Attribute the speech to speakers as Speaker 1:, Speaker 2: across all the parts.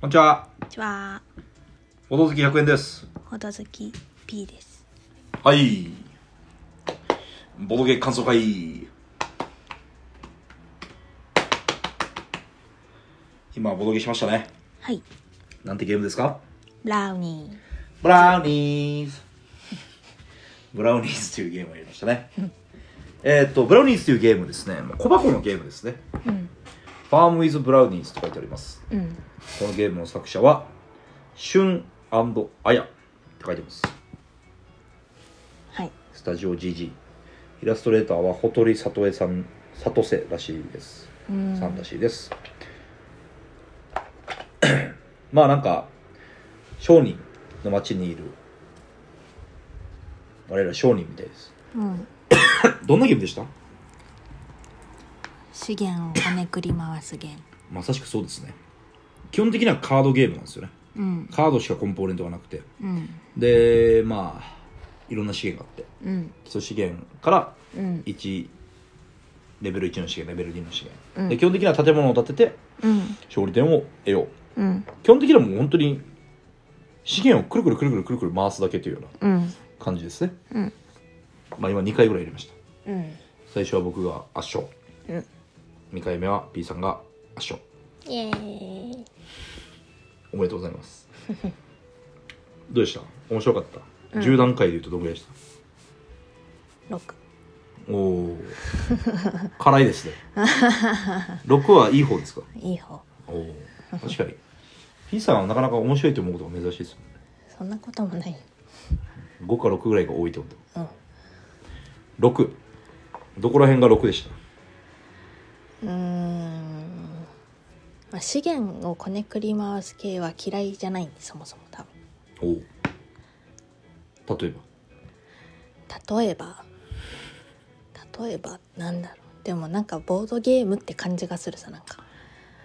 Speaker 1: こんにちは。
Speaker 2: こんにちは。
Speaker 1: おとづき100円です。
Speaker 2: ほど好き P です。
Speaker 1: はい。ボドゲ感想会。今、ボドゲしましたね。
Speaker 2: はい。
Speaker 1: なんてゲームですか
Speaker 2: ブラウニ
Speaker 1: ブラウニーズ。ブラウニーズというゲームをやりましたね。 えーっと、ブラウニーズというゲームですね。まあ小箱のゲームですね。
Speaker 2: ー。うん。
Speaker 1: ファーム・ウィズ・ブラウニーズと書いてあります。
Speaker 2: うん。
Speaker 1: このゲームの作者は、シュンアヤって書いてます。
Speaker 2: はい。
Speaker 1: スタジオ GG イラストレーターはほとりさとえさんさとせらしいです、
Speaker 2: うん
Speaker 1: さんらしいです まあなんか商人の町にいる我々商人みたいです
Speaker 2: うん。
Speaker 1: どんなゲームでした
Speaker 2: 資源をこねくり回すゲーム。
Speaker 1: まさしくそうですね基本的にはカードゲームなんですよね
Speaker 2: うん。
Speaker 1: カードしかコンポーネントがなくて
Speaker 2: うん。
Speaker 1: でまあいろんな資源があって
Speaker 2: うん。
Speaker 1: 基礎資源から
Speaker 2: うん。
Speaker 1: 1レベル1の資源レベル2の資源、
Speaker 2: うん
Speaker 1: で基本的には建物を建てて
Speaker 2: うん。
Speaker 1: 勝利点を得よう
Speaker 2: うん。
Speaker 1: 基本的にはもう本当に資源をくるくるくるくるくるくる回すだけというような
Speaker 2: うん。
Speaker 1: 感じですね
Speaker 2: うん。
Speaker 1: まあ今2回ぐらい入れました
Speaker 2: うん。
Speaker 1: 最初は僕が圧勝
Speaker 2: うん。
Speaker 1: 2回目は P さんが圧勝
Speaker 2: イエーイ。
Speaker 1: おめでとうございますどうでした面白かった、10段階で言うとどんぐらいでし
Speaker 2: 六。
Speaker 1: たおお辛いですね6はいい方ですか
Speaker 2: いい方。
Speaker 1: おお確かに P さんはなかなか面白いと思うことが珍しいですもんね
Speaker 2: そんなこともない。
Speaker 1: 5か6ぐらいが多いってこ
Speaker 2: うん。
Speaker 1: と6どこら辺が6でした
Speaker 2: うーん。まあ、資源をこねくり回す系は嫌いじゃないんでそもそも多
Speaker 1: おお例えば
Speaker 2: 分。例えば。例えば、なんだろう。でも、なんかボードゲームって感じがするさ、なんか。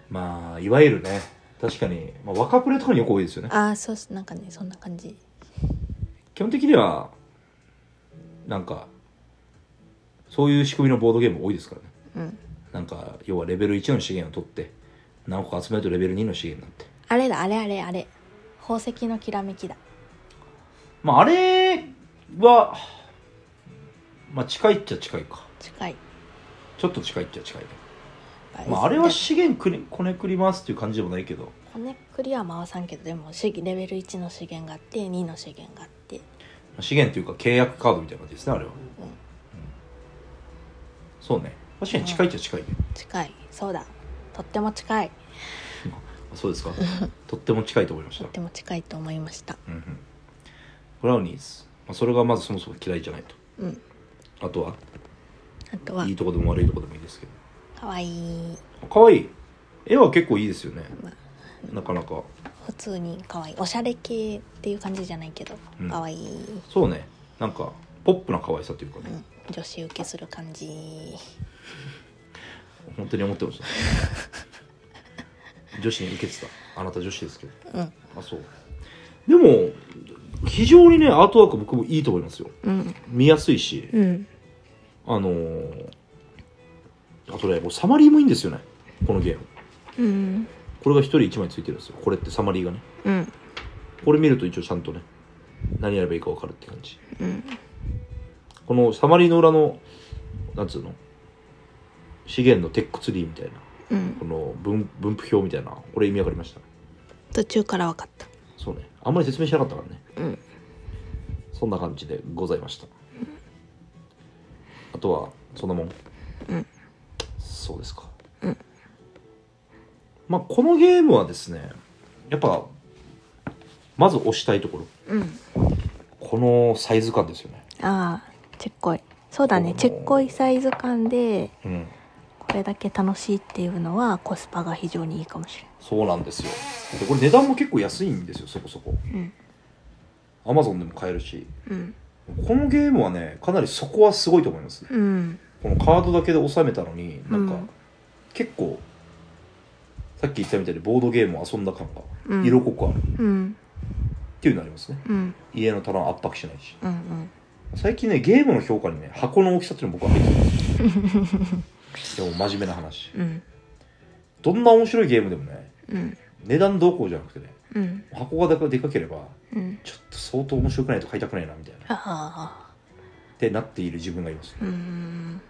Speaker 1: まあいわゆるね確かに、まあ、若プレとかによく多いですよね
Speaker 2: ああそうっすなんかねそんな感じ
Speaker 1: 基本的にはなんかそういう仕組みのボードゲーム多いですからね
Speaker 2: うん
Speaker 1: なんか要はレベル1の資源を取って何個か集めるとレベル2の資源になって
Speaker 2: あれだあれあれあれ宝石のきらめきだ
Speaker 1: まああれはまあ近いっちゃ近いか
Speaker 2: 近い
Speaker 1: ちょっと近いっちゃ近いね、まあ、あれは資源くりこねくり回すっていう感じでもないけど
Speaker 2: こねっくりは回さんけどでも資レベル1の資源があって2の資源があって
Speaker 1: 資源というか契約カードみたいな感じですねあれは、
Speaker 2: うん
Speaker 1: そうね確かに近いっちゃ近いね、
Speaker 2: 近いそうだとっても近い
Speaker 1: あそうですかとっても近いと思いまし
Speaker 2: と
Speaker 1: た
Speaker 2: っ、ても近いと思いました
Speaker 1: うんうん、ブラウニーズ、まあ、それがまずそもそも嫌いじゃないと
Speaker 2: うん
Speaker 1: あとは
Speaker 2: あとはい
Speaker 1: いとこでも悪いとこでもいいですけど
Speaker 2: かわいい、
Speaker 1: かわいい絵は結構いいですよね
Speaker 2: まあ、
Speaker 1: なかなか
Speaker 2: 普通にかわいいおしゃれ系っていう感じじゃないけど
Speaker 1: うん
Speaker 2: かわいい、
Speaker 1: そうねなんかポップな可愛さというかね、
Speaker 2: うん、女子受けする感じ
Speaker 1: 本当に思ってま した女子に受けてたあなた女子ですけど
Speaker 2: うん
Speaker 1: あそうでも非常にねアートワーク僕もいいと思いますよ
Speaker 2: うん
Speaker 1: 見やすいし、
Speaker 2: うん
Speaker 1: あのーあとねもうサマリーもいいんですよねこのゲーム
Speaker 2: うん
Speaker 1: これが一人一枚ついてるんですよこれってサマリーがね
Speaker 2: うん
Speaker 1: これ見ると一応ちゃんとね何やればいいか分かるって感じ
Speaker 2: うん
Speaker 1: このサマリーの裏のなんつうの資源のテックツリーみたいな
Speaker 2: うん
Speaker 1: この分分布表みたいなこれ意味わかりました
Speaker 2: 途中から分かった
Speaker 1: そうねあんまり説明しなかったからね
Speaker 2: うん
Speaker 1: そんな感じでございました。あとは、そんなもん。
Speaker 2: うん
Speaker 1: そうですか。
Speaker 2: うん
Speaker 1: まあ、このゲームはですね、やっぱ、まず押したいところ。
Speaker 2: うん
Speaker 1: このサイズ感ですよね。
Speaker 2: ああちっこいそうだね
Speaker 1: おー
Speaker 2: ちっこいサイズ感で
Speaker 1: うん。
Speaker 2: これだけ楽しいっていうのはコスパが非常にいいかもし
Speaker 1: そうなんですよ。で、これ値段も結構安いんですよ、そこそこ。
Speaker 2: れない
Speaker 1: アマゾンでも買えるし。
Speaker 2: うん
Speaker 1: このゲームはね、かなりそこはすごいと思いますね。
Speaker 2: うんうん
Speaker 1: このカードだけで収めたのに、なんか、
Speaker 2: うん
Speaker 1: 結構、さっき言ったみたいにボードゲームを遊んだ感が
Speaker 2: うん
Speaker 1: 色濃くある、っ
Speaker 2: うん
Speaker 1: ていうのありますね
Speaker 2: うん
Speaker 1: 家の棚を圧迫しないし
Speaker 2: うんうん
Speaker 1: 最近ねゲームの評価にね箱の大きさっていうの僕は入ってますでも真面目な話
Speaker 2: うん
Speaker 1: どんな面白いゲームでもね
Speaker 2: うん
Speaker 1: 値段どうこうじゃなくてね
Speaker 2: うん
Speaker 1: 箱がでかければ
Speaker 2: うん
Speaker 1: ちょっと相当面白くないと買いたくないなみたいなっ
Speaker 2: あ
Speaker 1: てなっている自分がいます
Speaker 2: あうん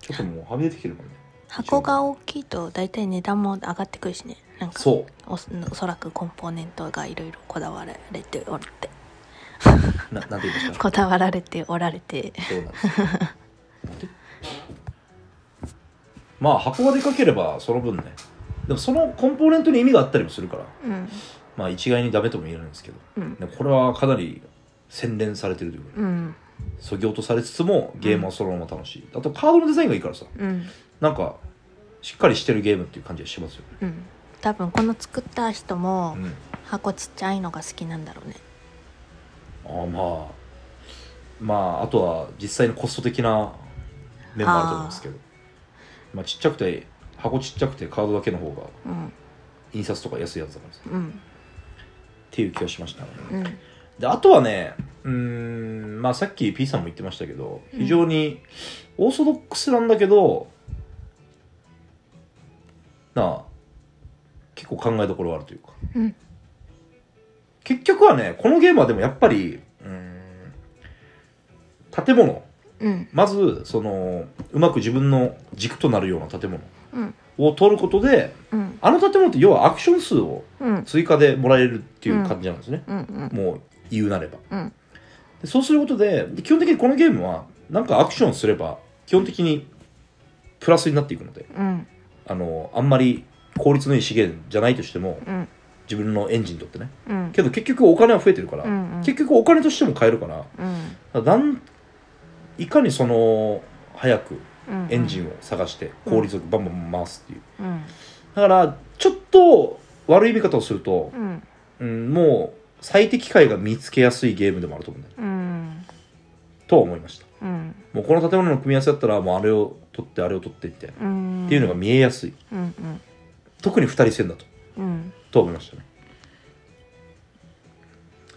Speaker 1: ちょっともうはみ出てきてるもんね
Speaker 2: 箱が大きいと大体値段も上がってくるしねなんか
Speaker 1: そう
Speaker 2: おそおそらくコンポーネントがいろいろこだわられておるって
Speaker 1: ななんて言いました
Speaker 2: こだわられておられて
Speaker 1: そうなんですよまあ箱がでかければその分ねでもそのコンポーネントに意味があったりもするから
Speaker 2: うん
Speaker 1: まあ一概にダメとも言えないんですけど
Speaker 2: うん
Speaker 1: でもこれはかなり洗練されてるというかね
Speaker 2: うん
Speaker 1: そぎ落とされつつもゲームはそのまま楽しいあとカードのデザインがいいからさ
Speaker 2: うん
Speaker 1: なんかしっかりしてるゲームっていう感じがしますよね
Speaker 2: うん多分この作った人も
Speaker 1: うん
Speaker 2: 箱ちっちゃいのが好きなんだろうね
Speaker 1: ああまあまああとは実際のコスト的な面もあると思うんですけどまあちっちゃくて箱ちっちゃくてカードだけの方が
Speaker 2: うん
Speaker 1: 印刷とか安いやつだからさ
Speaker 2: うん
Speaker 1: っていう気がしましたね
Speaker 2: うん
Speaker 1: であとはねうーんまあさっき P さんも言ってましたけど
Speaker 2: うん
Speaker 1: 非常にオーソドックスなんだけど、なあ結構考えどころはあるというか
Speaker 2: うん
Speaker 1: 結局はねこのゲームはでもやっぱりうーん建物
Speaker 2: うん
Speaker 1: まずそのうまく自分の軸となるような建物
Speaker 2: うん
Speaker 1: を取ることで
Speaker 2: うん
Speaker 1: あの建物って要はアクション数を
Speaker 2: うん
Speaker 1: 追加でもらえるっていう感じなんですね、
Speaker 2: うんうん
Speaker 1: もう言うなれば
Speaker 2: うん
Speaker 1: でそうすることでで基本的にこのゲームはなんかアクションすれば基本的にプラスになっていくので
Speaker 2: うん
Speaker 1: あのあんまり効率のいい資源じゃないとしても
Speaker 2: うん
Speaker 1: 自分のエンジンにとってね
Speaker 2: うん
Speaker 1: けど結局お金は増えてるから、
Speaker 2: うんうん
Speaker 1: 結局お金としても買えるから
Speaker 2: うん
Speaker 1: なんいかにその早く
Speaker 2: うん
Speaker 1: エンジンを探して効率よくバンバン回すっていう
Speaker 2: うん
Speaker 1: だからちょっと悪い見方をすると
Speaker 2: う、
Speaker 1: う
Speaker 2: ん
Speaker 1: ん、もう最適解が見つけやすいゲームでもあると思うんだよ
Speaker 2: うん
Speaker 1: とは思いました
Speaker 2: うん
Speaker 1: もうこの建物の組み合わせだったらもうあれを取ってあれを取ってみたいな
Speaker 2: うん
Speaker 1: っていうのが見えやすい
Speaker 2: うんうん
Speaker 1: 特に2人戦だと
Speaker 2: うん
Speaker 1: と思いましたね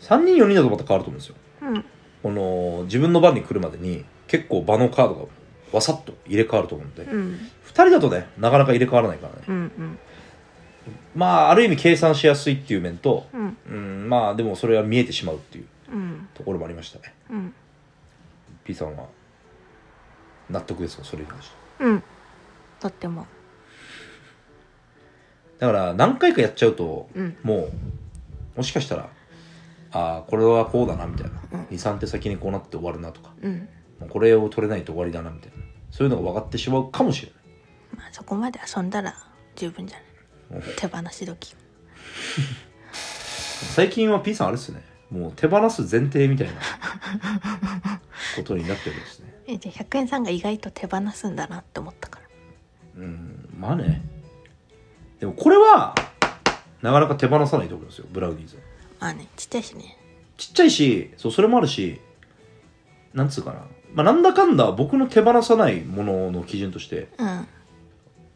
Speaker 1: 3人4人だとまた変わると思うんですよ
Speaker 2: うん
Speaker 1: この自分の番に来るまでに結構場のカードがわさっと入れ替わると思うんで2
Speaker 2: うん
Speaker 1: 人だとねなかなか入れ替わらないからね
Speaker 2: うん
Speaker 1: まあある意味計算しやすいっていう面と
Speaker 2: うん
Speaker 1: うんまあでもそれは見えてしまうっていう
Speaker 2: うん
Speaker 1: ところもありましたね
Speaker 2: うん
Speaker 1: P さんは納得ですかそれに関して
Speaker 2: うんとっても
Speaker 1: だから何回かやっちゃうと
Speaker 2: うん
Speaker 1: もうもしかしたらああこれはこうだなみたいな
Speaker 2: うん
Speaker 1: 23手先にこうなって終わるなとか
Speaker 2: うん
Speaker 1: もうこれを取れないと終わりだなみたいなそういうのが分かってしまうかもしれない
Speaker 2: まあそこまで遊んだら十分じゃない手放し時
Speaker 1: 最近は P さんあれですねもう手放す前提 みたいなことになってるんですね
Speaker 2: えじゃあ100円さんが意外と手放すんだなって思ったから
Speaker 1: うんまあねでもこれはなかなか手放さないと思うんですよブラウニーズ
Speaker 2: まあねちっちゃいしね
Speaker 1: ちっちゃいしそうそれもあるしなんつうかな、まあ、なんだかんだ僕の手放さないものの基準として
Speaker 2: うん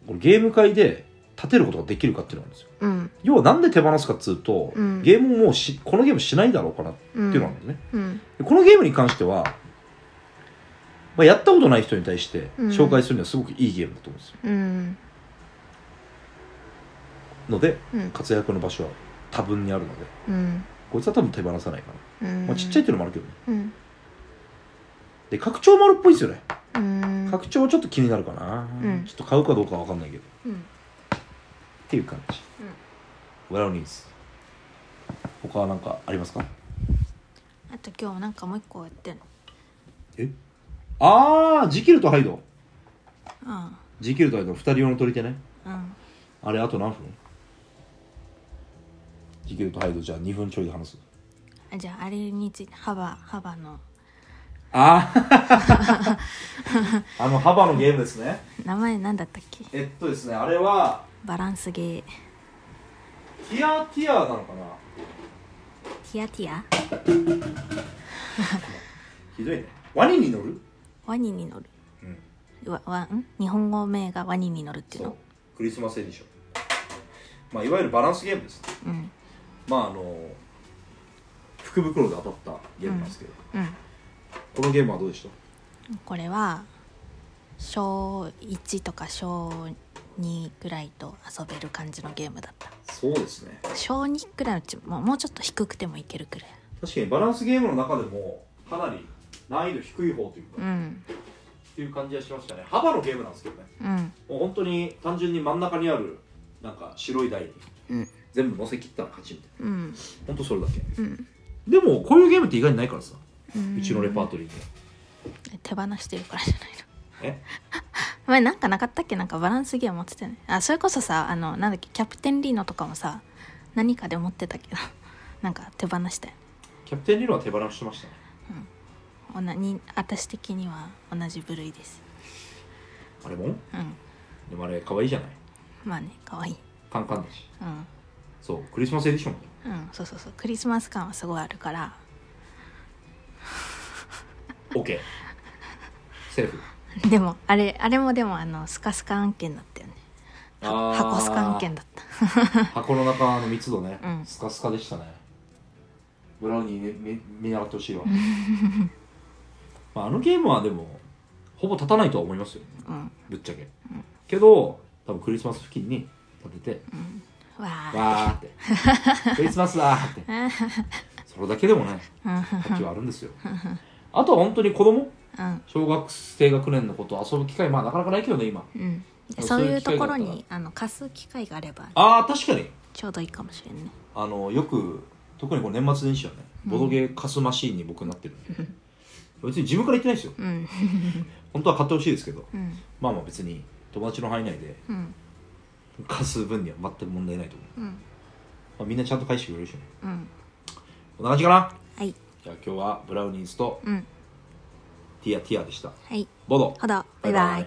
Speaker 1: これゲーム界で立てることができるかっていうのがあるんですよ
Speaker 2: うん
Speaker 1: 要はなんで手放すかっつうと、
Speaker 2: うん
Speaker 1: ゲームをもうしこのゲームしないだろうかなって
Speaker 2: うん
Speaker 1: いうのがあるんですね、
Speaker 2: うん
Speaker 1: でこのゲームに関しては、まあ、やったことない人に対して
Speaker 2: うん
Speaker 1: 紹介するにはすごくいいゲームだと思うんですよ、
Speaker 2: うん
Speaker 1: ので
Speaker 2: うん
Speaker 1: 活躍の場所は多分にあるので
Speaker 2: うん
Speaker 1: こいつは多分手放さないかな、
Speaker 2: うん
Speaker 1: まあ、ちっちゃいっていうのもあるけどね
Speaker 2: うん
Speaker 1: で拡張もあるっぽいですよね
Speaker 2: うん
Speaker 1: 拡張はちょっと気になるかな、
Speaker 2: うん
Speaker 1: ちょっと買うかどうかわかんないけど
Speaker 2: うん
Speaker 1: っていう感じ、ブラウニーズ他は何かありますか
Speaker 2: あと今日なんかもう一個やってんの
Speaker 1: えああジキルとハイド
Speaker 2: あ
Speaker 1: ジキルとハイドの2人用の取り手ね
Speaker 2: あうん
Speaker 1: あれあと何分ジキルとハイドじゃあ2分ちょいで話す
Speaker 2: あじゃああれについて幅幅の
Speaker 1: あ ああの幅のゲームですね
Speaker 2: 名前なんだったっけ
Speaker 1: えっとですねあれは
Speaker 2: バランスゲー
Speaker 1: ティアティアなのかな
Speaker 2: ティアティア
Speaker 1: ひどいねワニに乗る
Speaker 2: ワニに乗る
Speaker 1: うん
Speaker 2: わわん日本語名がワニに乗るっていう
Speaker 1: そう
Speaker 2: の
Speaker 1: クリスマスエディションまあいわゆるバランスゲームですね
Speaker 2: うん
Speaker 1: まああの福袋で当たったゲームなんですけど、
Speaker 2: うん
Speaker 1: このゲームはどうでした
Speaker 2: これは小1とか小2ぐらいと遊べる感じのゲームだった
Speaker 1: そうですね
Speaker 2: 小2くらいのうちもうもうちょっと低くてもいけるくらい
Speaker 1: 確かにバランスゲームの中でもかなり難易度低い方というか、
Speaker 2: う
Speaker 1: っ
Speaker 2: ん
Speaker 1: ていう感じがしましたね幅のゲームなんですけどね
Speaker 2: うん
Speaker 1: もう本当に単純に真ん中にあるなんか白い台に
Speaker 2: うん
Speaker 1: 全部乗せ切ったら勝ちみたい
Speaker 2: うん
Speaker 1: な本当それだけ
Speaker 2: うん
Speaker 1: でもこういうゲームって意外にないからさ
Speaker 2: うん
Speaker 1: うちのレパートリーで
Speaker 2: 手放してるからじゃないの
Speaker 1: え
Speaker 2: 前なんかなかったっけなんかバランスゲーム持ってたよねあそれこそさあのなんだっけキャプテンリーノとかもさ何かで持ってたけど なんか手放したよね
Speaker 1: キャプテンリーノは手放してましたね
Speaker 2: おなに私的には同じ部類です
Speaker 1: あれも
Speaker 2: うん
Speaker 1: でもあれ可愛いじゃない
Speaker 2: まあね可愛い
Speaker 1: カンカンだし
Speaker 2: うん
Speaker 1: そうクリスマスエディションだよ
Speaker 2: うんそうそうそうクリスマス感はすごいあるから
Speaker 1: オッケーセーフ
Speaker 2: でもあれあれもでもあのスカスカ案件だったよねは 箱スカ案件だった
Speaker 1: 箱の中の密度ね、
Speaker 2: うん
Speaker 1: スカスカでしたねブラウニーね見見習ってほ しいわまああのゲームはでもほぼ立たないとは思いますよ
Speaker 2: うん
Speaker 1: ぶっちゃけ、けど多分クリスマス付近に立てて、
Speaker 2: わ
Speaker 1: わーって クリスマスだーってそれだけでもね
Speaker 2: あ
Speaker 1: 価値はあるんですよあとは本当に子供
Speaker 2: うん
Speaker 1: 小学生学年の子と遊ぶ機会まあなかなかないけどね今
Speaker 2: うん
Speaker 1: そう
Speaker 2: そういうとこ
Speaker 1: そ
Speaker 2: ろ
Speaker 1: ういう機会だ
Speaker 2: にあの貸す機会があれば
Speaker 1: ああ確かに
Speaker 2: ちょうどいいかもしれんね
Speaker 1: あのよく特にこの年末年始はねボドゲカスマシーンに僕なってるん で、別に自分から言ってないですよ
Speaker 2: うん
Speaker 1: 本当は買ってほしいですけど
Speaker 2: うん
Speaker 1: まあまあ別に友達の範囲内で
Speaker 2: うん
Speaker 1: 貸す分には全く問題ないと思う、
Speaker 2: うん
Speaker 1: まあ、みんなちゃんと返してくれるしね
Speaker 2: うん
Speaker 1: こんな感じかな
Speaker 2: はい
Speaker 1: じゃあ今日はブラウニーズと
Speaker 2: うん
Speaker 1: ティアティアでした
Speaker 2: はい
Speaker 1: ボド
Speaker 2: ほどバイバイ